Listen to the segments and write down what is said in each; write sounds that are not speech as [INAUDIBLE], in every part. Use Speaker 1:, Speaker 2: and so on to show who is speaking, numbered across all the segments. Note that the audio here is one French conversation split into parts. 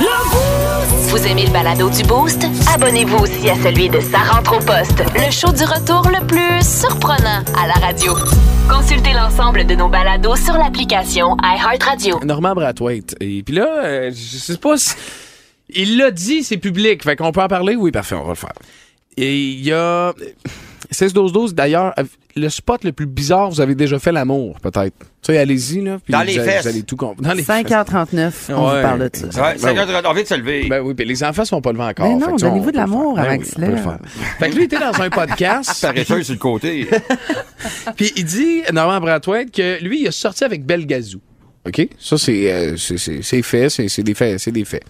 Speaker 1: Vous aimez le balado du Boost? Abonnez-vous aussi à celui de Sa rentre au poste, le show du retour le plus surprenant à la radio. Consultez l'ensemble de nos balados sur l'application iHeartRadio.
Speaker 2: Normand Brathwaite. Et puis là, euh, je sais pas si... Il l'a dit, c'est public. Fait qu'on peut en parler? Oui, parfait, on va le faire. Et il y a... 16-12-12, d'ailleurs, le spot le plus bizarre, vous avez déjà fait l'amour, peut-être. Tu sais, allez-y, là. puis
Speaker 3: Dans les
Speaker 2: vous allez-
Speaker 3: fesses.
Speaker 2: vous allez tout comp- Dans les fesses.
Speaker 4: 5h39, on
Speaker 2: Ouais.
Speaker 4: vous parle de ça.
Speaker 3: Ouais, 5h30, on vient de se lever.
Speaker 2: Ben oui, puis les enfants sont pas levés encore.
Speaker 4: Mais non,
Speaker 2: Fait que ça,
Speaker 4: donnez-vous
Speaker 2: on peut
Speaker 4: de l'amour
Speaker 2: le faire.
Speaker 4: à
Speaker 2: Ben
Speaker 4: Max
Speaker 2: oui, on peut le
Speaker 4: Lair.
Speaker 2: faire. Fait que lui, il était
Speaker 4: [LAUGHS]
Speaker 2: dans un podcast,
Speaker 3: Paresseux sur
Speaker 2: [LAUGHS]
Speaker 3: le côté.
Speaker 2: puis il dit, Normand Brathwaite, que lui, il a sorti avec Belgazou. OK? Ça, c'est euh, c'est- c'est- c'est fait, c'est c'est des faits, c'est des faits.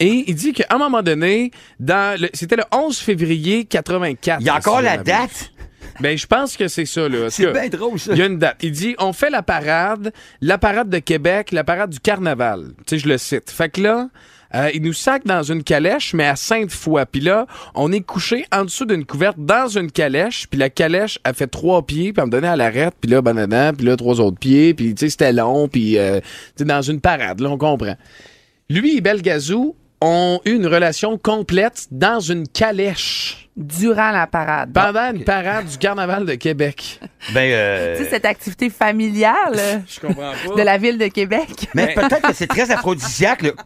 Speaker 2: Et il dit qu'à un moment donné, dans le- c'était le 11 février 84.
Speaker 3: Il y a encore
Speaker 2: si
Speaker 3: la
Speaker 2: je me
Speaker 3: date?
Speaker 2: Ben, je pense que c'est ça, là. En
Speaker 3: C'est
Speaker 2: tout cas,
Speaker 3: bien drôle, ça.
Speaker 2: Il y a une date. Il dit on fait la parade, la parade de Québec, la parade du carnaval. Tu sais, je le cite. Fait que là, euh, il nous sac dans une calèche, mais à Sainte-Foy. Puis là, on est couché en dessous d'une couverte dans une calèche. Puis la calèche a fait trois pieds, puis elle me donnait à l'arête, puis là, banana, puis là, trois autres pieds. Puis, tu sais, c'était long, puis, euh, tu sais, dans une parade, là, on comprend. Lui et Belgazou ont eu une relation complète dans une calèche.
Speaker 4: Durant la parade.
Speaker 2: Pendant une parade du carnaval de Québec.
Speaker 3: Ben, euh,
Speaker 4: Tu sais, cette activité familiale euh,
Speaker 2: [LAUGHS] Je comprends pas.
Speaker 4: de la ville de Québec.
Speaker 3: Mais peut-être que c'est très
Speaker 2: [LAUGHS]
Speaker 3: aphrodisiaque, le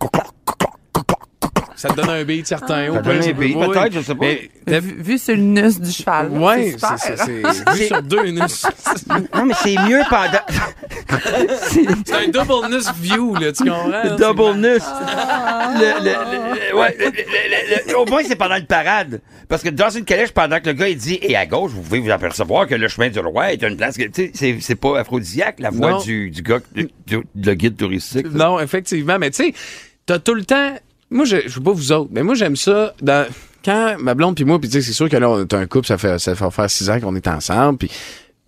Speaker 2: Ça Ah. te donne un beat certain. au
Speaker 3: te donne
Speaker 2: plus,
Speaker 3: un
Speaker 2: tu peux-
Speaker 3: beat,
Speaker 2: oui.
Speaker 3: peut-être, je sais pas.
Speaker 2: Mais t'as-
Speaker 4: Vu, vu sur le nus du cheval. là,
Speaker 2: Ouais,
Speaker 4: super,
Speaker 2: c'est- c'est
Speaker 4: là.
Speaker 2: c'est- vu sur deux nus. [LAUGHS] C'est
Speaker 3: Non, mais c'est mieux
Speaker 2: [LAUGHS]
Speaker 3: pendant.
Speaker 2: un double nus view, là, tu comprends? là?
Speaker 3: Double nus.
Speaker 4: Ah.
Speaker 3: Le- le- le- ouais, le- le- le- le- au moins, c'est pendant une parade. Parce que dans une calèche, pendant que le gars, il dit, et à gauche, vous pouvez vous apercevoir que le chemin du roi est une place. que- Tu sais, c'est- c'est pas aphrodisiaque, la
Speaker 2: Non.
Speaker 3: voix du, du gars, du, du- le guide touristique.
Speaker 2: C'est- Non, effectivement. Mais tu sais, t'as tout le temps. Moi, je, je sais pas vous autres, mais moi, j'aime ça. Dans... Quand ma blonde puis moi, puis tu sais, c'est sûr que là, on est un couple, ça fait, ça fait faire six ans qu'on est ensemble. Puis.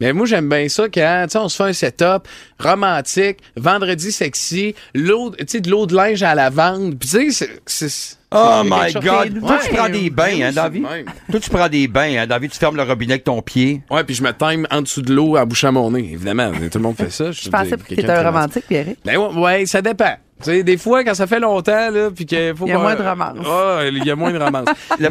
Speaker 2: Mais moi, j'aime bien ça quand, tu sais, on se fait un setup romantique, vendredi sexy, l'eau, tu sais, de l'eau de linge à la vente. Puis, tu sais, c'est- c'est.
Speaker 3: Oh
Speaker 2: c'est quelque
Speaker 3: my
Speaker 2: chose-
Speaker 3: God! Toi, tu
Speaker 2: Ouais. Ben
Speaker 3: prends des bains, hein, dans la vie.
Speaker 2: Ouais.
Speaker 3: Toi, tu prends des bains, hein, dans la vie, tu fermes le robinet avec ton
Speaker 2: [LAUGHS]
Speaker 3: pied.
Speaker 2: Ouais, puis je me time en dessous de l'eau en bouchant mon nez, évidemment. Tout le monde fait ça.
Speaker 4: Je pensais que t'étais un romantique, Pierre.
Speaker 2: Ben ouais, ouais, ça dépend. Tu sais, des fois, quand ça fait longtemps, là, puis qu'il faut
Speaker 4: Il y a
Speaker 2: qu'on-
Speaker 4: moins de romance.
Speaker 2: Ah, il y a moins de [LAUGHS] romance. mais,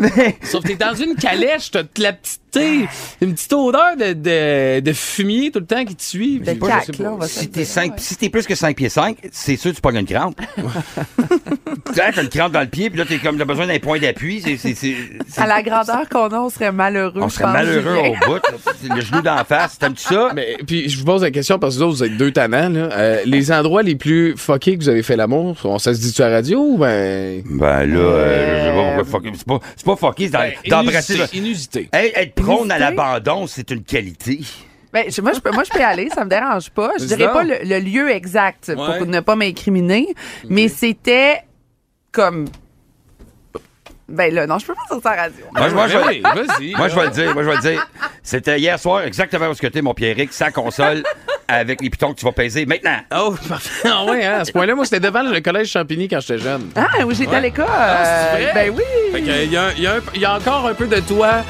Speaker 3: Mais-
Speaker 2: sauf que t'es dans une calèche, t'as de la petite, tu sais, une petite odeur de, de, de fumier tout le temps qui te suit.
Speaker 4: De
Speaker 2: puis moi, je sais
Speaker 4: cac,
Speaker 2: pas.
Speaker 4: là, on va se
Speaker 3: Si
Speaker 4: le
Speaker 3: t'es,
Speaker 4: dire.
Speaker 3: cinq- si t'es plus que 5 pieds 5, c'est sûr que tu pognes une crampe. [LAUGHS] tu sais, t'as une crampe dans le pied, puis là, t'es comme, t'as besoin d'un point d'appui. C'est, c'est, c'est- c'est-
Speaker 4: À la grandeur qu'on a, on serait malheureux.
Speaker 3: on
Speaker 4: je
Speaker 3: serait
Speaker 4: pense,
Speaker 3: malheureux
Speaker 4: Julien.
Speaker 3: au bout. là. C'est Le genou d'en face, t'aimes-tu ça?
Speaker 2: Mais, puis je vous pose la question parce que vous autres, vous êtes deux tannants, là. Euh, les endroits les plus fuckés que vous avez fait l'amour, on- ça se dit-tu à la radio ou ben.
Speaker 3: Ben là, euh, je sais pas pourquoi fuck- c'est pas, c'est pas fucké, c'est dans,
Speaker 2: ben,
Speaker 3: d'embrasser le-
Speaker 2: inusité, inusité.
Speaker 3: Hey, être prône à
Speaker 4: Inusité.
Speaker 3: l'abandon, c'est une qualité.
Speaker 4: Ben, je- moi, je peux, moi, je peux y aller, ça me dérange pas. Je
Speaker 2: Dis
Speaker 4: dirais
Speaker 2: donc.
Speaker 4: pas le, le lieu exact
Speaker 2: Ouais.
Speaker 4: pour ne pas m'incriminer, mais c'était comme. Ben là, non, je peux pas sortir à la radio.
Speaker 3: Moi, je- moi, je
Speaker 2: Ben
Speaker 3: vais-
Speaker 2: oui, vas-y.
Speaker 3: Moi, je vais le dire, moi, je vais le dire. C'était hier soir, exactement où ce que t'es, mon Pierrick, sans console, avec les pitons que tu vas peser maintenant.
Speaker 2: Oh, [LAUGHS] parfait. Ah ouais, hein, à ce point-là, moi, c'était devant le collège Champigny quand j'étais jeune.
Speaker 4: Ah, où j'étais à l'école.
Speaker 2: Ah, c'est vrai?
Speaker 4: euh, ben oui.
Speaker 2: Fait que, il y, a un- il y a un- il y a encore un peu de toi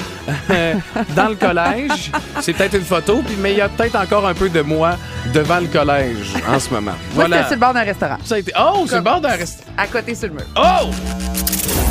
Speaker 2: euh, dans le collège. C'est peut-être une photo, puis- mais il y a peut-être encore un peu de moi devant le collège en ce moment.
Speaker 4: Moi,
Speaker 2: Voilà.
Speaker 4: j'étais sur le bord d'un restaurant.
Speaker 2: Ça a été- Oh, c'est le bord d'un rest-
Speaker 4: À côté sur le mur.
Speaker 3: Ah,
Speaker 2: Oh!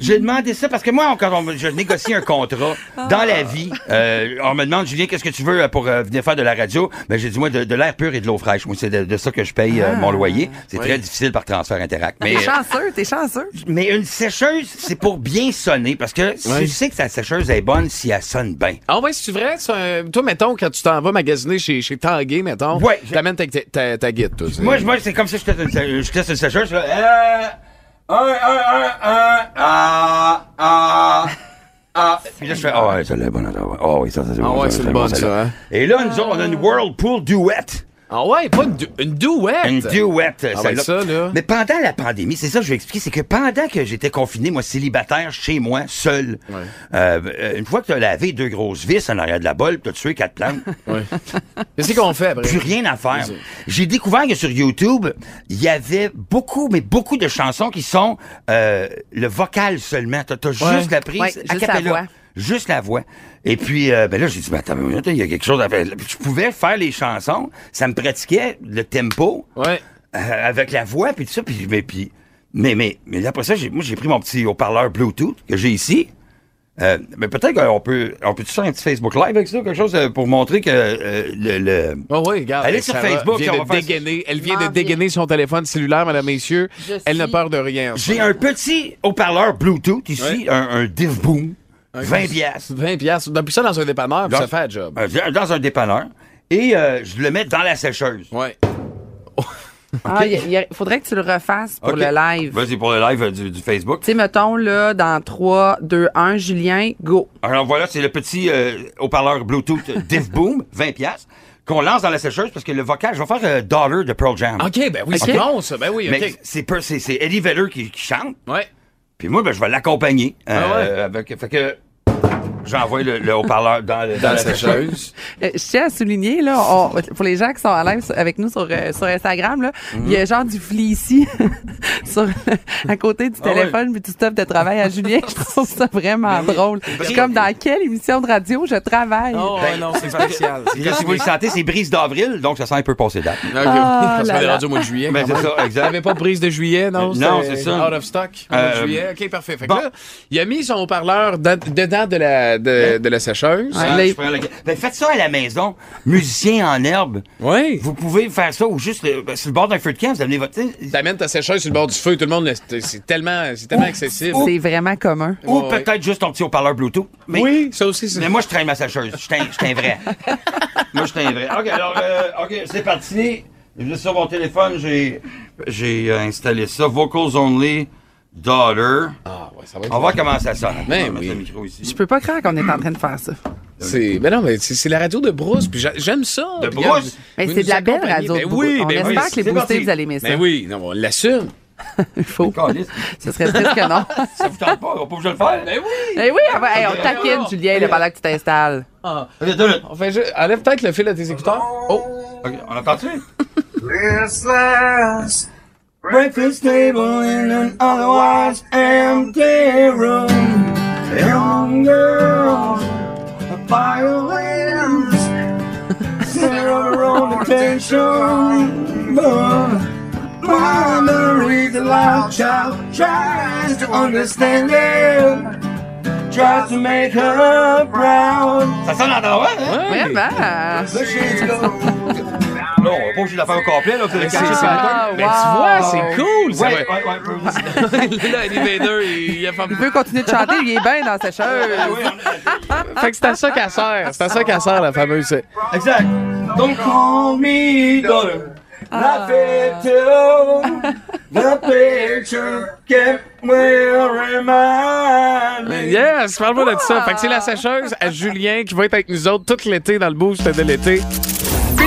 Speaker 3: J'ai demandé ça parce que moi, quand on- je négocie un contrat dans la vie, euh, on me demande, Julien, qu'est-ce que tu veux euh, pour euh, venir faire de la radio? Ben, j'ai dit, moi, de, de l'air pur et de l'eau fraîche. Moi, c'est de, de ça que je paye euh, mon loyer. C'est très difficile par transfert interact. Mais,
Speaker 4: T'es chanceux, t'es chanceux.
Speaker 3: mais une sécheuse, c'est pour bien sonner parce que si
Speaker 2: Ouais.
Speaker 3: tu sais que ta sécheuse est bonne si elle sonne bien.
Speaker 2: Ah ouais, c'est vrai? c'est un- Toi, mettons, quand tu t'en vas magasiner chez, chez Tanguay, mettons,
Speaker 3: Ouais.
Speaker 2: t'amènes ta, ta, ta, ta guide, toi. c'est-
Speaker 3: Moi, je- moi, c'est comme ça que je teste une, sé- je teste une sécheuse. je fais, euh, un, un, un, un, ah, ah, ah. Puis là, je fais, ah ouais, ça, c'est la bonne. Ah ouais, ça, c'est
Speaker 2: Ah ouais, c'est une bonne,
Speaker 3: celle-là.
Speaker 2: ça, hein?
Speaker 3: Et là, nous autres, on a une Whirlpool Duet.
Speaker 2: Ah ouais, pas une, du- une douette.
Speaker 3: Une duette,
Speaker 2: Ah ben
Speaker 3: celle-là.
Speaker 2: ça, là.
Speaker 3: Mais pendant la pandémie, c'est ça que je vais expliquer, c'est que pendant que j'étais confiné, moi, célibataire, chez moi, seul, euh, euh, une fois que tu as lavé deux grosses vis en arrière de la bolle, tu as tué quatre plantes,
Speaker 2: Ouais. Qu'est-ce qu'on fait après?
Speaker 3: plus rien à faire. J'ai découvert que sur YouTube, il y avait beaucoup, mais beaucoup de chansons qui sont euh, le vocal seulement. T'as as juste
Speaker 2: Ouais.
Speaker 3: la prise
Speaker 4: Ouais,
Speaker 3: a
Speaker 4: juste la
Speaker 3: cappella.
Speaker 4: voix.
Speaker 3: Juste la voix. Et puis, euh, ben là, j'ai dit, mais attends une minute, il y a quelque chose à faire. Je pouvais faire les chansons, ça me pratiquait le tempo
Speaker 2: Ouais.
Speaker 3: euh, avec la voix puis tout ça puis mais puis mais mais mais après ça j'ai moi j'ai pris mon petit haut-parleur Bluetooth que j'ai ici Euh, mais peut-être qu'on peut on peut faire un petit Facebook live avec ça quelque chose euh, pour montrer que euh, le, le-
Speaker 2: Oh oui, regarde.
Speaker 3: Allez sur
Speaker 2: Sarah
Speaker 3: Facebook,
Speaker 2: vient
Speaker 3: on
Speaker 2: de
Speaker 3: va faire
Speaker 2: dégainer- Elle vient
Speaker 4: M'en
Speaker 2: de
Speaker 4: viens.
Speaker 2: dégainer son téléphone cellulaire, madame, messieurs.
Speaker 4: Je
Speaker 2: Elle n'a
Speaker 4: suis-
Speaker 2: peur de rien.
Speaker 3: j'ai un petit haut-parleur Bluetooth ici un, un div boom 20 pièces
Speaker 2: 20 piastres. Depuis ça, dans un dépanneur, puis
Speaker 3: Dans-
Speaker 2: ça fait un job.
Speaker 3: Euh, dans un dépanneur et euh, je le mets dans la sécheuse
Speaker 2: Ouais.
Speaker 4: Ah, il y a- il faudrait que tu le refasses pour
Speaker 3: OK.
Speaker 4: le live.
Speaker 3: vas-y pour le live euh, du, du Facebook
Speaker 4: Tu sais, mettons, là, dans 3, 2, 1, Julien, go.
Speaker 3: Alors voilà, c'est le petit euh, haut-parleur Bluetooth euh,
Speaker 2: [LAUGHS]
Speaker 3: Div Boom, 20 pièces qu'on lance dans la sécheuse parce que le vocal, je vais faire euh, Dollar de Pearl Jam.
Speaker 2: OK, ben oui, c'est
Speaker 3: Ok.
Speaker 2: bon, ça. Ben oui,
Speaker 3: Mais
Speaker 2: OK.
Speaker 3: c'est peu- c'est c'est Eddie Vedder qui, qui chante,
Speaker 2: Ouais.
Speaker 3: puis moi ben je vais l'accompagner euh,
Speaker 2: Ah ouais?
Speaker 3: avec fait que j'envoie le, le haut-parleur dans, le- dans la sécheuse.
Speaker 4: Euh, je tiens à souligner, là, on- pour les gens qui sont en live sur- avec nous sur, euh, sur Instagram, là, il
Speaker 3: Mhm.
Speaker 4: y a genre du fleecy [LAUGHS] sur, à côté du
Speaker 3: Ah ouais.
Speaker 4: téléphone puis du stuff de travail à Julien. Je trouve ça vraiment drôle. C'est comme dans quelle émission de radio je travaille.
Speaker 2: Oh,
Speaker 3: Ben,
Speaker 2: non, c'est [LAUGHS] spécial.
Speaker 3: Puis là, si vous le sentez, c'est brise d'avril, donc ça sent un peu passé date.
Speaker 2: Ok.
Speaker 4: Ah
Speaker 2: Parce qu'on
Speaker 4: là
Speaker 2: est
Speaker 4: là.
Speaker 2: rendu au mois de juillet.
Speaker 3: Mais
Speaker 2: quand
Speaker 3: Ben, c'est
Speaker 2: même.
Speaker 3: ça,
Speaker 2: Il n'y
Speaker 3: exact.
Speaker 2: avait pas de prise de juillet, non?
Speaker 3: Non,
Speaker 2: C'était
Speaker 3: c'est ça.
Speaker 2: Out of stock. au mois de
Speaker 3: Euh,
Speaker 2: juillet. OK, parfait. Fait que
Speaker 3: bon.
Speaker 2: là, il a mis son haut-parleur dans- dedans de la, de, de la sécheuse.
Speaker 4: Ouais.
Speaker 3: Ah,
Speaker 4: là,
Speaker 3: je
Speaker 4: il-
Speaker 3: prends le- Ben, faites ça à la maison, musicien en herbe.
Speaker 2: Oui.
Speaker 3: Vous pouvez faire ça ou juste le- ben, sur le bord d'un feu de camp, vous amenez votre
Speaker 2: T'amènes ta sécheuse sur le bord du feu, tout le monde, le- c'est- c'est tellement, c'est tellement accessible.
Speaker 4: C'est vraiment commun.
Speaker 3: ou
Speaker 2: Ouais, ouais.
Speaker 3: peut-être juste un petit haut-parleur Bluetooth. Mais-
Speaker 2: Oui, ça aussi, c'est...
Speaker 3: Mais moi, je traîne ma sécheuse. Je suis un- je suis un
Speaker 2: [LAUGHS]
Speaker 3: vrai. moi, je suis un vrai. OK, alors, euh, OK, c'est parti. Je sur mon téléphone, j'ai, j'ai euh, installé ça. Vocals Only Daughter.
Speaker 2: Ah, ouais, ça va être...
Speaker 3: On va voir comment ça sonne.
Speaker 2: Ben
Speaker 3: On va mettre
Speaker 2: oui.
Speaker 3: le micro ici.
Speaker 4: Je peux pas croire qu'on est en train de faire ça.
Speaker 2: C'est... Mais non, mais c'est, c'est la radio de Brousse, puis j'a- j'aime ça.
Speaker 3: De
Speaker 2: Puis, regarde,
Speaker 3: Brousse?
Speaker 4: Mais
Speaker 2: vous
Speaker 4: c'est
Speaker 2: nous
Speaker 4: de la belle
Speaker 2: accompagnez.
Speaker 4: radio. de
Speaker 2: Ben
Speaker 4: Brousse.
Speaker 2: oui,
Speaker 4: on
Speaker 2: ben oui.
Speaker 4: espère que les
Speaker 3: C'est
Speaker 4: boostés,
Speaker 3: parti.
Speaker 4: vous allez aimer ça.
Speaker 2: Ben oui, non, on l'assume.
Speaker 4: Il faut.
Speaker 3: Caliste,
Speaker 4: Ce serait triste que non.
Speaker 3: ça vous tente pas? On peut vous le faire?
Speaker 2: Ben oui!
Speaker 4: Eh oui, ah ben, hey, on taquine, Julien, là, pendant que tu t'installes.
Speaker 3: Allez, deux minutes.
Speaker 2: On fait juste... Enlève peut-être le fil à tes écouteurs. Oh!
Speaker 3: OK, on entend-tu?
Speaker 5: This last
Speaker 3: Breakfast table in an otherwise empty room.
Speaker 5: young girls, violins, zero rotation, but Mary the loud child tries to understand it, tries to make her proud,
Speaker 3: Ça sonne en Ottawa, hein?
Speaker 4: Vraiment?
Speaker 5: but she's gold.
Speaker 3: Non, on va pas obligé de la faire au complet, là. Vous avez
Speaker 2: C'est-
Speaker 3: caché
Speaker 2: c'est-
Speaker 3: sur la
Speaker 4: Ah,
Speaker 3: table.
Speaker 2: Mais ben, tu vois, c'est cool! Ça
Speaker 3: Ouais,
Speaker 2: va-
Speaker 3: ouais, ouais, ouais, ouais.
Speaker 2: [LAUGHS] là, Eddie Vedder, il, il a fait...
Speaker 4: Il veut continuer de chanter, il est bien dans sa sécheuse.
Speaker 2: Fait que c'est à ça qu'elle sert. C'est à ça qu'elle sert, la fameuse. euh,
Speaker 3: Exact.
Speaker 5: Don't call me daughter. La picture, the picture kept wearing my name.
Speaker 2: Yes, parle-moi de ça. Fait que c'est la sécheuse à Julien qui va être avec nous autres tout l'été dans le boost de l'été.
Speaker 1: Plus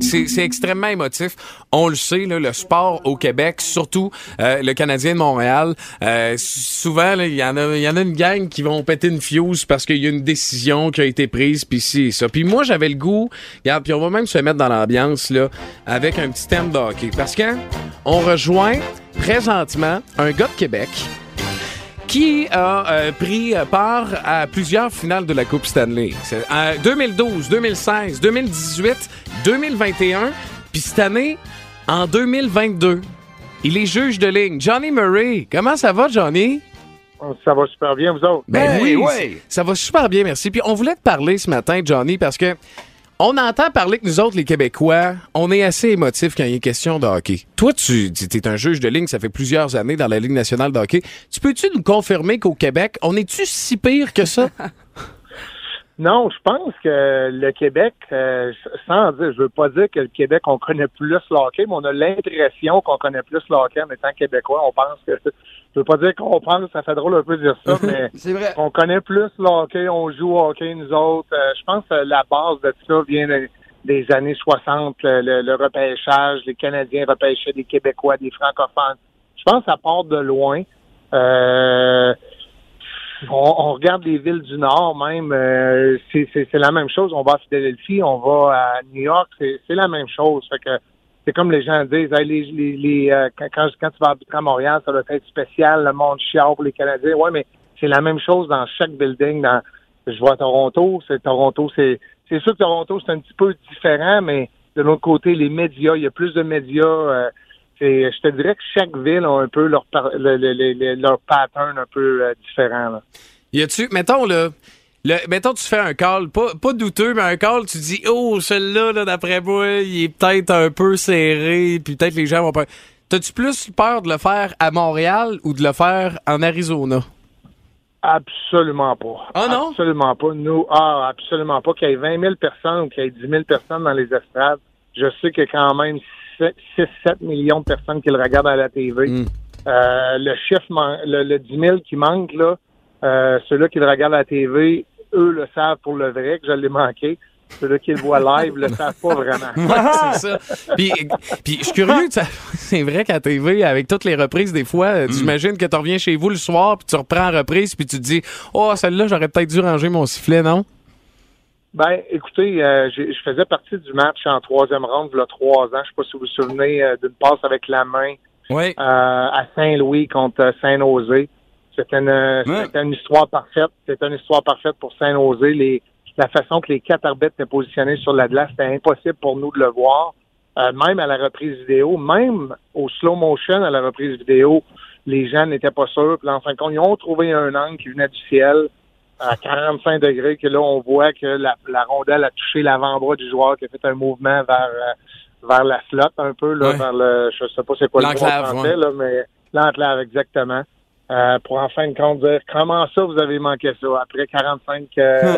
Speaker 2: C'est c'est extrêmement émotif. On le sait, là, le sport au Québec, surtout euh, le Canadien de Montréal, euh, souvent, là, il y, en a- il y en a une gang qui vont péter une fuse parce qu'il y a une décision qui a été prise, puis ci et ça. Puis moi, j'avais le goût, regarde, puis on va même se mettre dans l'ambiance là, avec un petit thème de hockey. Parce que on rejoint présentement un gars de Québec qui a euh, pris euh, part à plusieurs finales de la Coupe Stanley. C'est, euh, 2012, 2016, 2018, 2021, puis cette année, en 2022. Il est juge de ligne. Johnny Murray, comment ça va, Johnny?
Speaker 6: Ça va super bien, vous autres.
Speaker 2: Ben
Speaker 3: Ben oui, oui.
Speaker 2: c- Ça va super bien, merci. Puis on voulait te parler ce matin, Johnny, parce que on entend parler que nous autres, les Québécois, on est assez émotifs quand il est question de hockey. Toi, tu es un juge de ligne, ça fait plusieurs années dans la Ligue nationale de hockey. Tu peux-tu nous confirmer qu'au Québec, on est-tu si pire que ça?
Speaker 6: Non, je pense que le Québec, euh, sans dire, je veux pas dire que le Québec, on connaît plus le hockey, mais on a l'impression qu'on connaît plus le hockey en étant québécois. On pense que, je veux pas dire qu'on pense, ça fait drôle un peu de dire ça, mais
Speaker 3: C'est vrai.
Speaker 6: on connaît plus le hockey, on joue au hockey nous autres. Euh, je pense que la base de tout ça vient de- des années 60, le, le- le repêchage, les Canadiens repêchaient des Québécois, des francophones. Je pense que ça part de loin. Euh, on, on regarde les villes du Nord même, euh, c'est c'est- c'est la même chose. On va à Philadelphie, on va à New York, c'est c'est la même chose. Fait que c'est comme les gens disent, Hey, les, les, les, euh, quand, quand, quand tu vas habiter à Montréal, ça doit être spécial, le monde chiant pour les Canadiens. Ouais, mais c'est la même chose dans chaque building. Dans, je vois à Toronto, c'est Toronto, c'est c'est sûr que Toronto c'est un petit peu différent, mais de l'autre côté, les médias, il y a plus de médias. euh, c'est- je te dirais que chaque ville a un peu leur par- le- le- le- le- leur pattern un peu euh, différent. Là.
Speaker 2: Y a-tu, mettons, là, le, mettons, tu fais un call, pas, pas douteux, mais un call, tu dis, oh, celui-là, là, d'après moi, il est peut-être un peu serré, puis peut-être les gens vont pas. T'as-tu plus peur de le faire à Montréal ou de le faire en Arizona?
Speaker 6: Absolument pas.
Speaker 2: Ah non?
Speaker 6: Absolument pas. Nous, ah, absolument pas. Qu'il y ait 20 000 personnes ou qu'il y ait 10 000 personnes dans les estrades, je sais qu'il y a quand même 6-7 millions de personnes qui le regardent à la TV.
Speaker 2: Hmm.
Speaker 6: Euh, le chiffre, man- le, le 10 000 qui manque, là, euh, ceux-là qui le regardent à la TV, eux le savent pour le vrai que je l'ai manqué. Ceux-là qui le
Speaker 2: [LAUGHS]
Speaker 6: voient live le savent pas vraiment.
Speaker 2: Ouais, c'est ça. Puis, puis je suis curieux, de savoir- [LAUGHS] c'est vrai qu'à TV, avec toutes les reprises, des fois, euh, j'imagine que tu reviens chez vous le soir, puis tu reprends la reprise, puis tu te dis, oh, celle-là, j'aurais peut-être dû ranger mon sifflet, non?
Speaker 6: Ben, écoutez, euh, j'ai- je faisais partie du match en troisième ronde, il y a trois ans. Je sais pas si vous vous souvenez euh, d'une passe avec la main
Speaker 2: Oui.
Speaker 6: euh, à Saint-Louis contre euh, Saint-Nosé. C'était une, euh,
Speaker 3: Ouais.
Speaker 6: c'était une histoire parfaite. C'était une histoire parfaite pour Saint-Nosé. Les, la façon que les quatre arbitres étaient positionnés sur la glace, c'était impossible pour nous de le voir. Euh, même à la reprise vidéo, même au slow motion à la reprise vidéo, les gens n'étaient pas sûrs. Puis, en fin de compte, ils ont trouvé un angle qui venait du ciel à 45 degrés, que là, on voit que la, la rondelle a touché l'avant-bras du joueur qui a fait un mouvement vers, euh, vers la flotte un peu, là,
Speaker 2: Ouais.
Speaker 6: vers le, je sais pas c'est quoi le mot
Speaker 2: L'enclave,
Speaker 6: en français, là, mais l'enclave, exactement. Euh, pour en fin de compte dire comment ça vous avez manqué ça après 45
Speaker 2: [LAUGHS]
Speaker 6: euh,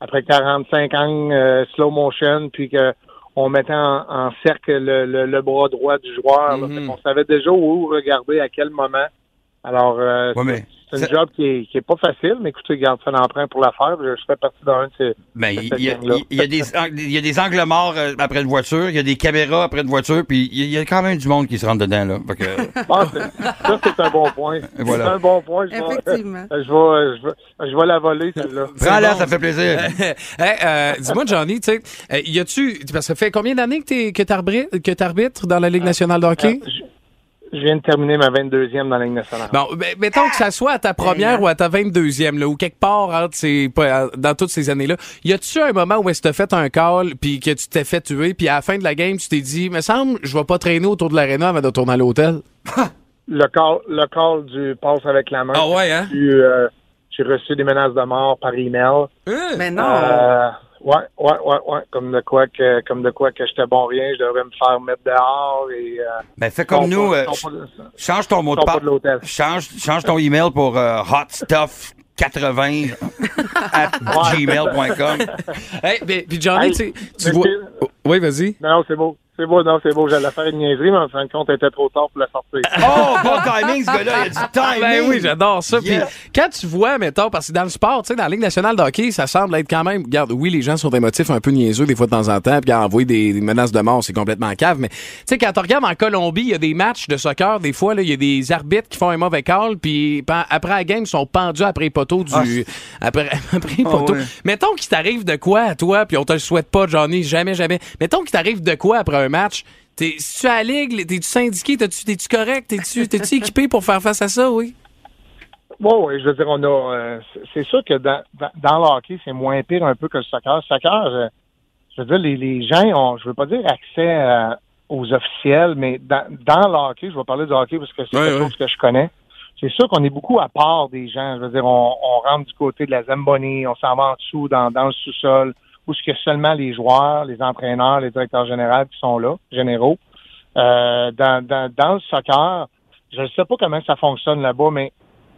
Speaker 6: après 45 ans euh, slow motion puis que on mettait en, en cercle le, le- le bras droit du joueur là.
Speaker 3: Mhm.
Speaker 6: Fait qu'on savait déjà où regarder à quel moment alors euh,
Speaker 3: Ouais, mais
Speaker 6: c'est
Speaker 3: ça-
Speaker 6: une job qui est, qui est pas facile, mais écoutez, garde ça l'emprunt pour la faire. Je, je fais partie d'un de ces.
Speaker 3: Ben, il
Speaker 6: cette
Speaker 3: il y, a-
Speaker 6: gang-là.
Speaker 3: il y a des ang- il y a des angles morts euh, après une voiture, il y a des caméras après une voiture, puis il y a quand même du monde qui se rentre dedans, là. Fait que,
Speaker 6: Ah, c'est- ça, c'est un bon
Speaker 3: [LAUGHS]
Speaker 6: point.
Speaker 3: voilà.
Speaker 6: C'est un bon point. Je vais,
Speaker 4: Effectivement.
Speaker 6: je vais, je vais, je vais la voler, celle-là.
Speaker 3: [LAUGHS] prends-la, ça fait plaisir.
Speaker 2: [LAUGHS] Hey, euh, dis-moi, Johnny, tu sais, euh, y a-tu. Parce que ça fait combien d'années que t'es- que t'arbitres que t'arbitres dans la Ligue nationale de hockey?
Speaker 6: Je viens de terminer ma 22e dans la Ligue nationale.
Speaker 2: Bon, ben, mettons que ça soit à ta première ou à ta 22e, là, ou quelque part entre ces, pas- dans toutes ces années-là, y a-tu un moment où est-ce que t'as fait un call, puis que tu t'es fait tuer, puis à la fin de la game, tu t'es dit, me semble, je vais pas traîner autour de l'aréna avant de retourner à l'hôtel?
Speaker 6: Le call, le call du passe avec la main.
Speaker 3: Ah
Speaker 2: ouais, hein?
Speaker 6: J'ai eu, euh, J'ai reçu des menaces de mort par email.
Speaker 4: Mais non.
Speaker 6: Euh, ouais, ouais, ouais, ouais. Comme de quoi que, comme de quoi que j'étais bon rien, je devrais me faire mettre dehors et. euh,
Speaker 3: Ben, fais comme
Speaker 6: sont
Speaker 3: nous,
Speaker 6: pas-
Speaker 3: euh,
Speaker 6: sont pas-
Speaker 3: change ton mot de
Speaker 6: sont pas
Speaker 3: passe.
Speaker 6: de l'hôtel.
Speaker 3: Change, change ton email pour euh, hotstuff80 at gmail.com.
Speaker 2: Hey, ben, puis Johnny,
Speaker 6: Hey,
Speaker 2: tu sais, tu
Speaker 6: mais
Speaker 2: vois.
Speaker 6: c'est-
Speaker 2: Oh, oui, vas-y.
Speaker 6: Non, non, c'est beau. C'est beau, non, c'est beau. J'allais faire une niaiserie, mais en fin de compte, elle était trop tard pour la sortir.
Speaker 3: Oh, bon timing, ce gars-là, il y a du timing.
Speaker 2: Ben oui, j'adore ça.
Speaker 3: Yes.
Speaker 2: Puis quand tu vois, mettons, parce que dans le sport, tu sais, dans la Ligue nationale de hockey, ça semble être quand même. Regarde, oui, les gens sont des motifs un peu niaiseux des fois de temps en temps, puis envoyer des, des menaces de mort, c'est complètement cave. Mais tu sais, quand tu regardes en Colombie, il y a des matchs de soccer, des fois, là, il y a des arbitres qui font un mauvais call, puis pen- après la game, ils sont pendus après les poteaux du.
Speaker 3: Ah,
Speaker 2: après, [LAUGHS] après les poteaux.
Speaker 3: ouais.
Speaker 2: Mettons qu'il t'arrive de quoi à toi, puis on te le souhaite pas, Johnny, jamais, jamais. Mettons qu'il t'arrive de quoi après un match. T'es, si tu à la ligue, t'es-tu syndiqué, t'es-tu, t'es-tu correct, t'es-tu, t'es-tu équipé pour faire face à ça, oui?
Speaker 6: Bon, oui, je veux dire, on a. euh, c'est- c'est sûr que dans, dans, dans le hockey, c'est moins pire un peu que le soccer. Le soccer, euh, je veux dire, les, les gens ont, je veux pas dire accès euh, aux officiels, mais dans, dans le hockey, je vais parler du hockey parce que c'est
Speaker 2: Ouais,
Speaker 6: quelque
Speaker 2: ouais.
Speaker 6: chose que je connais. C'est sûr qu'on est beaucoup à part des gens. Je veux dire, on, on rentre du côté de la Zamboni, on s'en va en dessous, dans, dans le sous-sol, où ce que seulement les joueurs, les entraîneurs, les directeurs généraux qui sont là, généraux. Euh, dans, dans, dans le soccer, je ne sais pas comment ça fonctionne là-bas, mais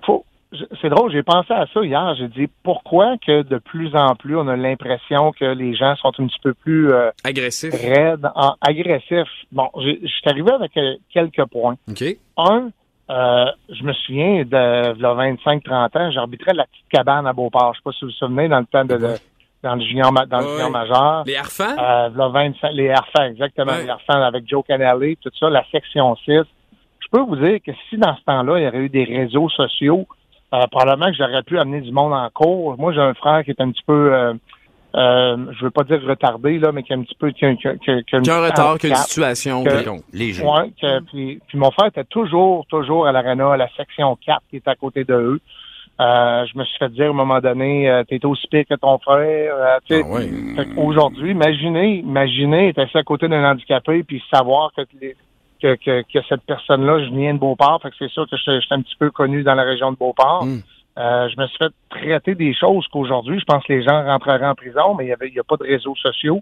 Speaker 6: faut, je- c'est drôle, j'ai pensé à ça hier. J'ai dit pourquoi que de plus en plus on a l'impression que les gens sont un petit peu plus euh,
Speaker 7: Agressif.
Speaker 6: raides, en- agressifs. Bon, j'ai- je suis arrivé avec euh, quelques points.
Speaker 7: OK.
Speaker 6: Un, euh, je me souviens de, de 25-30 ans, j'arbitrais la petite cabane à Beauport. Je sais pas si vous vous souvenez dans le temps de, de- dans le junior ma- dans le
Speaker 7: Ouais.
Speaker 6: junior majeur.
Speaker 7: Les harfans?
Speaker 6: Euh, v'là 25, les Harfans, exactement,
Speaker 7: Ouais.
Speaker 6: les Harfans avec Joe Canale, tout ça, la section 6. Je peux vous dire que si dans ce temps-là, il y aurait eu des réseaux sociaux, euh, probablement que j'aurais pu amener du monde en cours. Moi, j'ai un frère qui est un petit peu, euh, euh, je veux pas dire retardé, là, mais qui est un petit peu... Qui, a- qui a- qui a- Mm. qui a une
Speaker 7: Qu'un
Speaker 6: petite
Speaker 7: retard, qu'une
Speaker 6: handicap.
Speaker 7: situation
Speaker 6: que-
Speaker 7: quelconque.
Speaker 3: Les jeux.
Speaker 6: Ouais, que- puis, puis mon frère était toujours, toujours à l'arena, à la section 4 qui était à côté de eux. Euh, je me suis fait dire à un moment donné, euh, t'es aussi pire que ton frère. euh, tu sais.
Speaker 7: Ah ouais.
Speaker 6: Fait Aujourd'hui, imaginez, imaginez être assis à côté d'un handicapé puis savoir que, les- que, que, que cette personne-là, je viens de Beauport, fait que c'est sûr que je, je suis un petit peu connu dans la région de Beauport.
Speaker 7: Mm.
Speaker 6: Euh, je me suis fait traiter des choses qu'aujourd'hui, je pense que les gens rentreraient en prison, mais il y avait, il y a pas de réseaux sociaux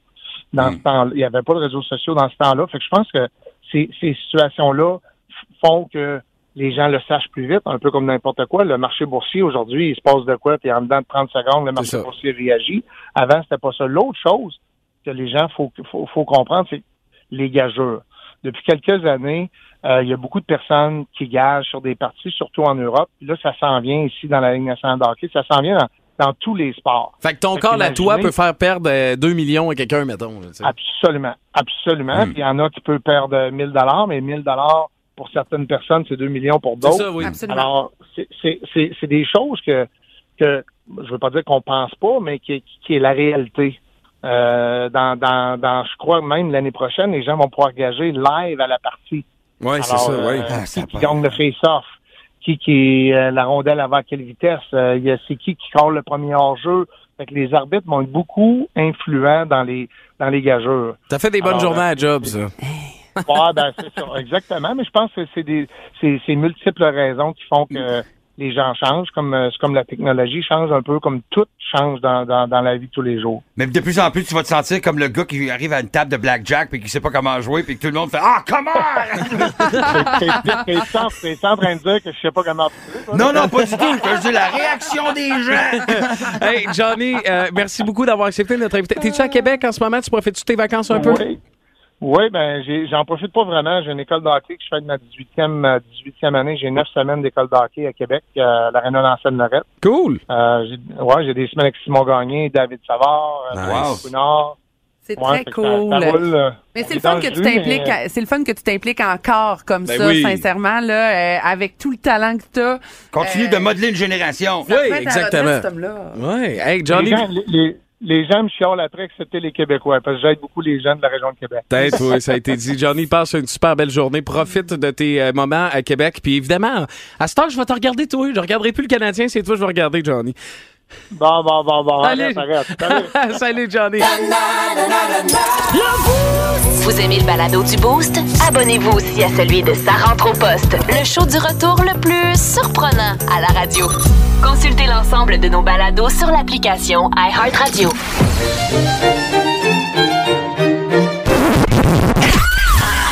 Speaker 6: dans ce temps Il y avait pas de réseaux sociaux dans ce temps-là. Fait que je pense que ces, ces situations-là f- font que les gens le sachent plus vite, un peu comme n'importe quoi. Le marché boursier aujourd'hui, il se passe de quoi, puis en dedans de 30 secondes, le marché
Speaker 7: ça.
Speaker 6: boursier réagit. Avant, c'était pas ça. L'autre chose que les gens faut, faut, faut comprendre, c'est les gageurs. Depuis quelques années, euh, il y a beaucoup de personnes qui gagent sur des parties, surtout en Europe. Là, ça s'en vient ici dans la Ligue nationale de hockey, ça s'en vient dans, dans tous les sports.
Speaker 7: Fait que ton
Speaker 6: Fait
Speaker 7: corps à toi
Speaker 6: qu'imaginez-
Speaker 7: peut faire perdre euh, 2 millions à quelqu'un, mettons. là, tu sais.
Speaker 6: Absolument, absolument.
Speaker 7: Hmm.
Speaker 6: Puis il y en a qui peuvent perdre 1000 dollars, mais 1000 dollars pour certaines personnes, c'est 2 millions pour
Speaker 7: C'est
Speaker 6: d'autres.
Speaker 7: ça, oui.
Speaker 4: Absolument.
Speaker 6: Alors, c'est- c'est c'est- c'est des choses que, que je veux pas dire qu'on pense pas, mais qui, qui est la réalité. Euh, dans, dans, dans, je crois même l'année prochaine, les gens vont pouvoir engager live à la partie.
Speaker 7: Oui, c'est
Speaker 6: Alors,
Speaker 7: ça,
Speaker 6: euh,
Speaker 7: oui.
Speaker 3: Ah, ça
Speaker 6: qui, qui
Speaker 3: part.
Speaker 6: gagne le face-off, qui, qui euh, la rondelle avant quelle vitesse, euh, il y a- c'est qui qui colle le premier hors-jeu. Fait que les arbitres vont être beaucoup influents dans les dans les gageurs.
Speaker 7: T'as fait des bonnes
Speaker 6: alors, euh,
Speaker 7: journées à job, [LAUGHS] ça.
Speaker 6: Ouais, ben, c'est ça, exactement. Mais je pense que c'est des c'est, c'est multiples raisons qui font que les gens changent, comme euh, c'est comme la technologie change un peu, comme tout change dans, dans, dans la vie de tous les jours.
Speaker 3: Mais de plus en plus, tu vas te sentir comme le gars qui arrive à une table de blackjack puis qui sait pas comment jouer puis que tout le monde fait Ah, comment
Speaker 6: T'es, t'es, t'es sans- t'es sans en train de dire que je sais pas comment.
Speaker 3: Non, non, pas du tout. Je dis la réaction des gens.
Speaker 2: Hey, Johnny, euh, merci beaucoup d'avoir accepté notre invitation. T'es-tu à Québec en ce moment? Tu profites-tu de tes vacances un peu?
Speaker 6: Oui. Oui, ben j'ai- j'en profite pas vraiment. J'ai une école de hockey que je fais de ma 18e, euh, 18e année. J'ai neuf semaines d'école de hockey à Québec, euh, à l'Arena Lancenne-Lorette.
Speaker 2: Cool.
Speaker 6: Euh, j'ai- ouais, j'ai des semaines avec Simon Gagné, David Savard, euh,
Speaker 3: Nice.
Speaker 6: Thomas Counard.
Speaker 4: C'est
Speaker 6: Ouais,
Speaker 4: très
Speaker 6: fait que ça-
Speaker 4: cool.
Speaker 6: ça roule, euh,
Speaker 4: Mais
Speaker 6: on
Speaker 4: c'est
Speaker 6: est
Speaker 4: le fun
Speaker 6: dans
Speaker 4: que tu
Speaker 6: jus, mais-
Speaker 4: t'impliques, à- c'est le fun que tu t'impliques encore comme
Speaker 2: Ben
Speaker 4: ça,
Speaker 2: oui.
Speaker 4: sincèrement là, euh, avec tout le talent que tu as.
Speaker 3: Continue de modeler une génération.
Speaker 2: Oui, exactement.
Speaker 4: là
Speaker 2: Oui, hey,
Speaker 6: Les
Speaker 2: Johnny.
Speaker 6: gens, les, les- les gens me chiolent après, excepté les Québécois, parce que j'aide beaucoup les gens de la région de Québec.
Speaker 2: Peut-être, oui, ça a été dit. Johnny, passe une super belle journée. Profite de tes euh, moments à Québec. Puis évidemment, à ce temps, je vais te regarder, toi. Je regarderai plus le Canadien, c'est toi, que je vais regarder, Johnny.
Speaker 6: Bon, bon, bon, bon,
Speaker 2: Allez.
Speaker 6: arrête, arrête.
Speaker 2: [LAUGHS]
Speaker 6: Salut.
Speaker 2: Salut, Johnny.
Speaker 1: Vous aimez le balado du Boost? Abonnez-vous aussi à celui de Sa rentre au poste, le show du retour le plus surprenant à la radio. Consultez l'ensemble de nos balados sur l'application iHeartRadio.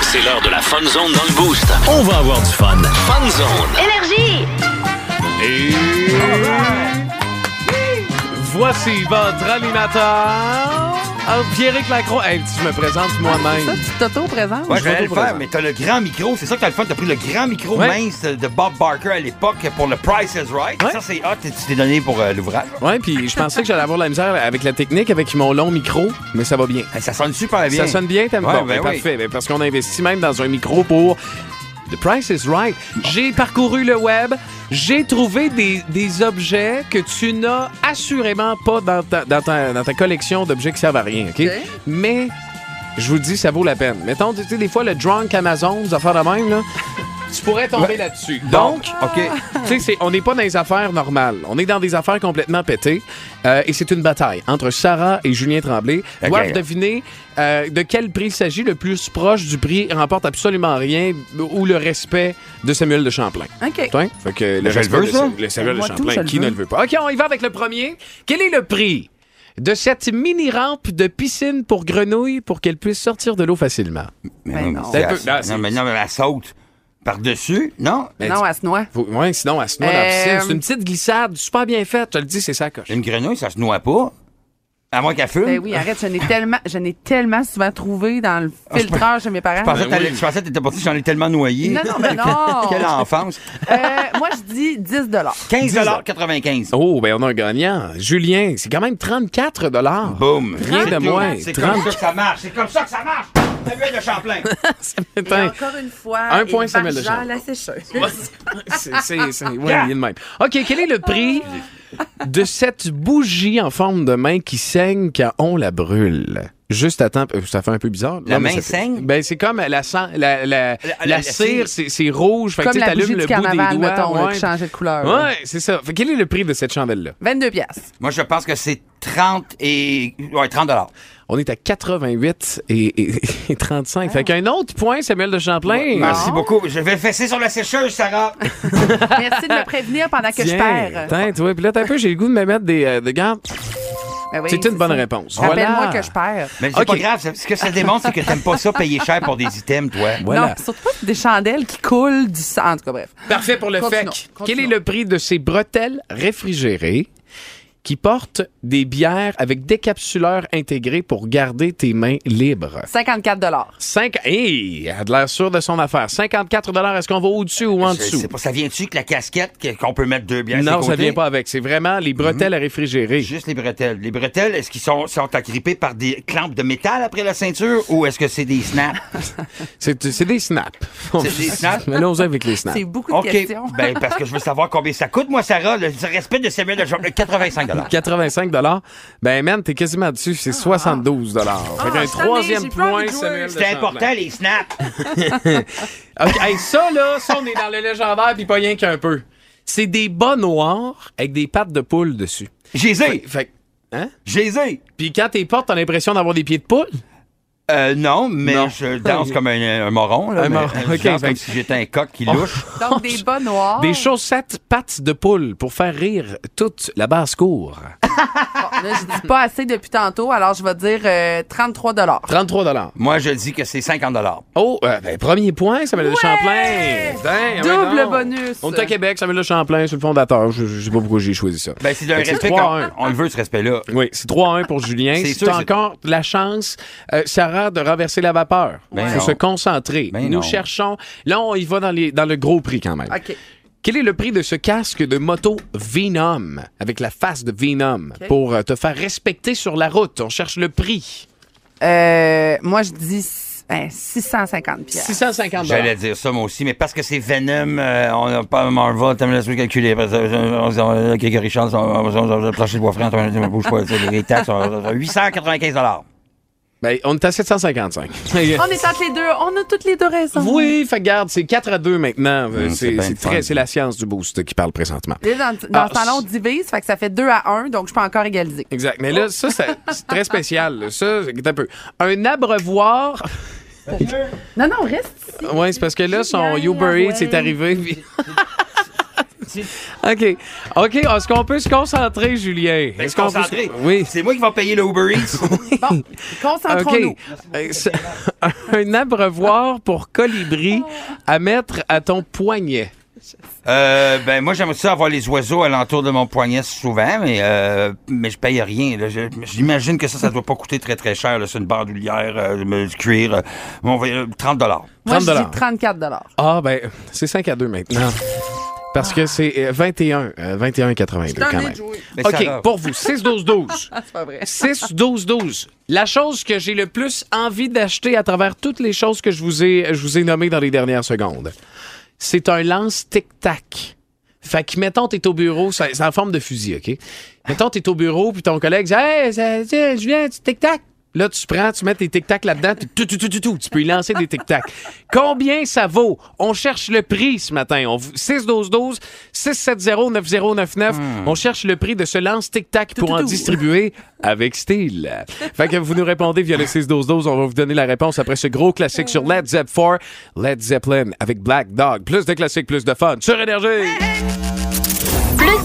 Speaker 8: C'est l'heure de la Fun Zone dans le Boost. On va avoir du fun. Fun Zone.
Speaker 1: Énergie!
Speaker 2: Voici votre animateur, Ah, Pierrick Lacroix. Hey, tu me présentes
Speaker 4: Ça,
Speaker 2: moi-même.
Speaker 4: tu t'auto-présentes?
Speaker 3: Ouais, j'allais le
Speaker 2: Bonjour,
Speaker 3: faire,
Speaker 2: présent.
Speaker 3: mais t'as le grand micro. C'est ça que t'as le fun. T'as pris le grand micro
Speaker 2: Ouais.
Speaker 3: mince de Bob Barker à l'époque pour le Price is Right.
Speaker 2: Ouais.
Speaker 3: Ça, c'est hot. Tu t'es donné pour euh, l'ouvrage.
Speaker 2: Ouais, puis je pensais que j'allais avoir la misère avec la technique, avec mon long micro, mais ça va bien.
Speaker 3: Hey, Ça sonne super bien.
Speaker 2: Ça sonne bien, t'aimes
Speaker 3: Ouais,
Speaker 2: bon,
Speaker 3: ben
Speaker 2: ben,
Speaker 3: oui.
Speaker 2: parfait. Ben, parce qu'on investit même dans un micro pour. The price is right. J'ai parcouru le web, j'ai trouvé des, des objets que tu n'as assurément pas dans ta, dans ta, dans ta collection d'objets qui servent à rien, OK?
Speaker 4: Ok.
Speaker 2: Mais je vous dis, ça vaut la peine. Mettons, tu sais, des fois, le drunk Amazon, des affaires de même, là, tu pourrais tomber là-dessus. Donc,
Speaker 3: OK.
Speaker 2: tu sais, c'est- on n'est pas dans les affaires normales. On est dans des affaires complètement pétées. Euh, et c'est une bataille entre Sarah et Julien Tremblay.
Speaker 3: Ok.
Speaker 2: Doivent deviner euh, de quel prix il s'agit. Le plus proche du prix remporte absolument rien ou le respect de Samuel de Champlain.
Speaker 4: OK.
Speaker 2: Toi, hein? Fait que le
Speaker 3: je le
Speaker 2: respect
Speaker 3: veux,
Speaker 2: de
Speaker 3: ça.
Speaker 2: le Samuel de
Speaker 4: Moi, tout,
Speaker 2: Champlain,
Speaker 4: je le
Speaker 2: qui
Speaker 4: veux.
Speaker 2: ne le veut pas. OK, on y va avec le premier. Quel est le prix de cette mini-rampe de piscine pour grenouilles pour qu'elle puisse sortir de l'eau facilement?
Speaker 3: Mais
Speaker 4: Ben Ben
Speaker 3: non,
Speaker 4: non.
Speaker 3: mais
Speaker 2: Un peu-
Speaker 3: c'est-
Speaker 2: non, c'est-
Speaker 3: non, mais non, mais elle saute. Par-dessus? Non?
Speaker 4: non, elle se noie.
Speaker 2: Faut- ouais, sinon, elle se noie dans la piscine.
Speaker 4: Euh,
Speaker 2: C'est une petite glissade super bien faite. Je te le dis, c'est sa coche.
Speaker 3: Une grenouille, ça se noie pas. À moins qu'elle fume.
Speaker 4: Ben oui, arrête, je n'ai tellement, je n'ai tellement souvent trouvé dans le
Speaker 2: Ah,
Speaker 4: filtrage de mes
Speaker 3: Je
Speaker 4: parents.
Speaker 3: pensais que
Speaker 7: Ben oui.
Speaker 3: t'allais- je pensais que t'étais parti, j'en ai tellement noyé.
Speaker 4: Non, non,
Speaker 2: [LAUGHS]
Speaker 3: [LAUGHS]
Speaker 4: mais non.
Speaker 3: Quelle enfance.
Speaker 4: Euh, moi, je dis 10
Speaker 3: 15,95
Speaker 2: Oh, ben on a un gagnant. Julien, c'est quand même 34 [LAUGHS]
Speaker 3: Boum.
Speaker 2: Rien de moins.
Speaker 3: C'est
Speaker 2: 30.
Speaker 3: comme ça que ça marche. C'est comme ça que ça marche. Samuel de Champlain.
Speaker 2: Ça
Speaker 4: Et
Speaker 2: m'éteint.
Speaker 4: encore une fois,
Speaker 2: Un
Speaker 4: et
Speaker 2: point, Samuel
Speaker 4: Marc
Speaker 2: Deschamps.
Speaker 4: Jean, la sécheuse.
Speaker 2: C'est- c'est- c'est- ouais, il est de même. OK, quel est le prix de cette bougie en forme de main qui saigne quand on la brûle? Juste attends, euh, ça fait un peu bizarre.
Speaker 3: La
Speaker 2: mais
Speaker 3: main
Speaker 2: ça fait-
Speaker 3: saigne?
Speaker 2: Ben, c'est comme la, sang- la, la, la
Speaker 3: la cire.
Speaker 2: cire, c'est c'est rouge. Fait que,
Speaker 4: Comme
Speaker 2: tu sais,
Speaker 4: la
Speaker 2: t'allumes
Speaker 4: bougie
Speaker 2: le
Speaker 4: du
Speaker 2: bout
Speaker 4: carnaval,
Speaker 2: des doigts,
Speaker 4: mettons, là,
Speaker 2: ouais.
Speaker 4: qui changeait de couleur. là.
Speaker 2: Ouais, c'est ça. Fait, quel est le prix de cette chandelle-là?
Speaker 4: 22 piastres.
Speaker 3: Moi, je pense que c'est 30 et. Ouais, 30 dollars.
Speaker 2: On est à 88 et, et- et 35. Fait qu'un autre point, Samuel de Champlain.
Speaker 3: Merci beaucoup. Je vais fesser sur la sécheuse, Sarah.
Speaker 4: Merci de me prévenir pendant que je perds.
Speaker 2: Tiens, toi, puis là, t'as un peu, j'ai le goût de me mettre des, euh, des gants.
Speaker 4: Ben oui,
Speaker 2: C'est une bonne
Speaker 4: ça.
Speaker 2: réponse.
Speaker 4: Rappelle-moi
Speaker 2: Voilà.
Speaker 4: que je perds.
Speaker 3: Mais c'est
Speaker 2: Ok.
Speaker 3: pas grave. ça- Ce que ça démontre, c'est que t'aimes pas ça payer cher pour des items, toi.
Speaker 2: Voilà.
Speaker 4: Non, surtout pas des chandelles qui coulent du sang. En tout cas, bref.
Speaker 2: Parfait pour le
Speaker 4: Continuons,
Speaker 2: FEC.
Speaker 4: continuons.
Speaker 2: Quel est le prix de ces bretelles réfrigérées qui portent des bières avec décapsuleur intégré pour garder tes mains libres?
Speaker 4: 54
Speaker 2: Cinq... Hey, elle a de l'air sûre de son affaire. 54 est-ce qu'on va au-dessus ou en
Speaker 3: Je sais
Speaker 2: dessous?
Speaker 3: pas, ça vient-tu que la casquette que- qu'on peut mettre deux bières à
Speaker 2: Non,
Speaker 3: ses
Speaker 2: ça
Speaker 3: côtés?
Speaker 2: vient pas avec. C'est vraiment les bretelles à réfrigérer.
Speaker 3: Juste les bretelles. Les bretelles, est-ce qu'ils sont, sont agrippés par des clampes de métal après la ceinture ou est-ce que c'est des snaps?
Speaker 2: C'est c'est des snaps. C'est [LAUGHS]
Speaker 3: des snaps?
Speaker 2: Allons-y avec les snaps.
Speaker 4: C'est beaucoup de
Speaker 2: [LAUGHS]
Speaker 3: OK.
Speaker 4: questions.
Speaker 3: [LAUGHS] Ben, parce que je veux savoir combien ça coûte, moi, Sarah, le respect de Samuel de Champlain, 85
Speaker 2: 85 Ben, man, t'es quasiment dessus, c'est 72 Fait qu'un
Speaker 4: je suis
Speaker 2: troisième
Speaker 4: tannée, j'ai plus envie
Speaker 2: point,
Speaker 4: de jouer.
Speaker 2: Samuel. de
Speaker 3: C'était
Speaker 2: Champlain.
Speaker 3: important, les snaps.
Speaker 2: OK, hey, ça, là, ça, on est dans le légendaire, puis pas rien qu'un peu. C'est des bas noirs avec des pattes de poule dessus.
Speaker 3: Jésus!
Speaker 2: Fait que- Hein?
Speaker 3: Jésus!
Speaker 2: Puis quand t'es portes, t'as l'impression d'avoir des pieds de poule?
Speaker 3: Euh, non, mais
Speaker 2: Non.
Speaker 3: je danse comme un, un moron. oh. Là,
Speaker 2: Un
Speaker 3: mais,
Speaker 2: moron,
Speaker 3: euh,
Speaker 2: ok,
Speaker 3: je danse
Speaker 2: fait que-
Speaker 3: comme si j'étais un coq qui louche.
Speaker 4: Donc, des bas noirs.
Speaker 2: Des chaussettes pattes de poule pour faire rire toute la basse-cour.
Speaker 4: Là, je dis pas assez depuis tantôt, alors je vais dire euh, 33
Speaker 2: 33
Speaker 3: Moi, je dis que c'est 50
Speaker 2: Oh, euh, ben, premier point, Samuel de Champlain. Damn,
Speaker 4: Double
Speaker 2: ouais, non.
Speaker 4: bonus.
Speaker 2: On est à Québec, Samuel de Champlain, c'est le fondateur. Je, je sais pas pourquoi j'ai choisi ça.
Speaker 3: Ben, c'est d'un
Speaker 2: Fait que
Speaker 3: respect.
Speaker 2: 3-1.
Speaker 3: qu'on- On le veut, ce respect-là.
Speaker 2: Oui, c'est 3-1 pour Julien.
Speaker 3: C'est
Speaker 2: C'est
Speaker 3: sûr, c'est-
Speaker 2: encore la chance, euh, Sarah, de renverser la vapeur. Il
Speaker 3: Ben
Speaker 2: faut
Speaker 3: non.
Speaker 2: se concentrer.
Speaker 3: Ben
Speaker 2: Nous
Speaker 3: non.
Speaker 2: cherchons. Là, on y va dans, les, dans le gros prix quand même.
Speaker 4: OK.
Speaker 2: Quel est le prix de ce casque de moto Venom avec la face de Venom pour euh, te faire respecter sur la route? On cherche le prix.
Speaker 4: Euh, moi, je dis hein, 650 piastres.
Speaker 2: 650
Speaker 3: J'allais dire ça, moi aussi, mais parce que c'est Venom, euh, on n'a pas Marvel, t'as laissé calculer. Parce que, euh, on- on- Grégory Richard, on on- on- plancher de bois franc, on on bouge pas, tu sais, les taxes, on- euh, on- 895
Speaker 2: Ben, on est à 755.
Speaker 4: On est entre les deux. On a toutes les deux raisons.
Speaker 2: euh, oui, fait que garde, c'est 4 à 2 maintenant. Euh,
Speaker 3: Mm, c'est
Speaker 2: c'est
Speaker 3: bien
Speaker 2: c'est
Speaker 3: le fun.
Speaker 2: très- c'est la science du boost qui parle présentement.
Speaker 4: Là, dans, dans
Speaker 2: Ah,
Speaker 4: ce temps-là, on divise, fait que ça fait 2 à 1, donc je peux encore égaliser.
Speaker 2: Exact. Mais là, ça, ça- c'est très spécial. là. Ça, c'est un peu. Un abreuvoir.
Speaker 4: Non, non, reste ici.
Speaker 2: Oui, c'est parce que là, son
Speaker 4: Julien,
Speaker 2: Uber Eats
Speaker 4: ouais.
Speaker 2: est arrivé.
Speaker 3: [LAUGHS]
Speaker 2: puis- [LAUGHS] OK. OK, est-ce qu'on peut se concentrer, Julien?
Speaker 3: Ben,
Speaker 2: Est-ce qu'on peut se-
Speaker 3: concentré.
Speaker 2: Oui.
Speaker 3: C'est moi qui vais payer le
Speaker 2: [LAUGHS]
Speaker 3: Uber Eats.
Speaker 4: Bon, concentrons-nous.
Speaker 2: OK. Euh, c'est- [LAUGHS] Un abreuvoir pour colibri à mettre à ton poignet.
Speaker 3: Euh, ben, moi, j'aimerais ça avoir les oiseaux alentour de mon poignet souvent, mais, euh, mais je paye rien. là. Je- J'imagine que ça, ça doit pas coûter très, très cher. là. C'est une bandoulière, euh, du cuir. euh, on va- euh, 30
Speaker 4: Moi, je
Speaker 2: 30
Speaker 4: dis 34
Speaker 2: Ah, ben, c'est 5 à 2 maintenant. Parce que c'est euh, 21, euh, 21,82 quand même.
Speaker 3: Mais ça va.
Speaker 2: OK, pour vous, 6-12-12.
Speaker 4: C'est pas vrai.
Speaker 2: 6-12-12. La chose que j'ai le plus envie d'acheter à travers toutes les choses que je vous ai, je vous ai nommées dans les dernières secondes, c'est un lance tic-tac. Fait que, mettons, t'es au bureau, ça- c'est en forme de fusil, OK? Mettons, t'es au bureau, puis ton collègue dit Hey, ça- tiens, Julien, tu tic-tac. Là, tu prends, tu mets tes tic-tac là-dedans, puis tout, tout, tout, tout, tout. Tu peux y lancer des tic-tac. Combien ça vaut? On cherche le prix ce matin. On... vous- 6-12-12, 670-9099. On cherche le prix de ce lance tic-tac pour en
Speaker 4: Hmm. tout.
Speaker 2: distribuer avec style. Fait que vous nous répondez via le 6-12-12. On va vous donner la réponse après ce gros classique sur Led Zepp 4, Led Zeppelin avec Black Dog. Plus de classiques, plus de fun. Sur Énergie!
Speaker 1: Plus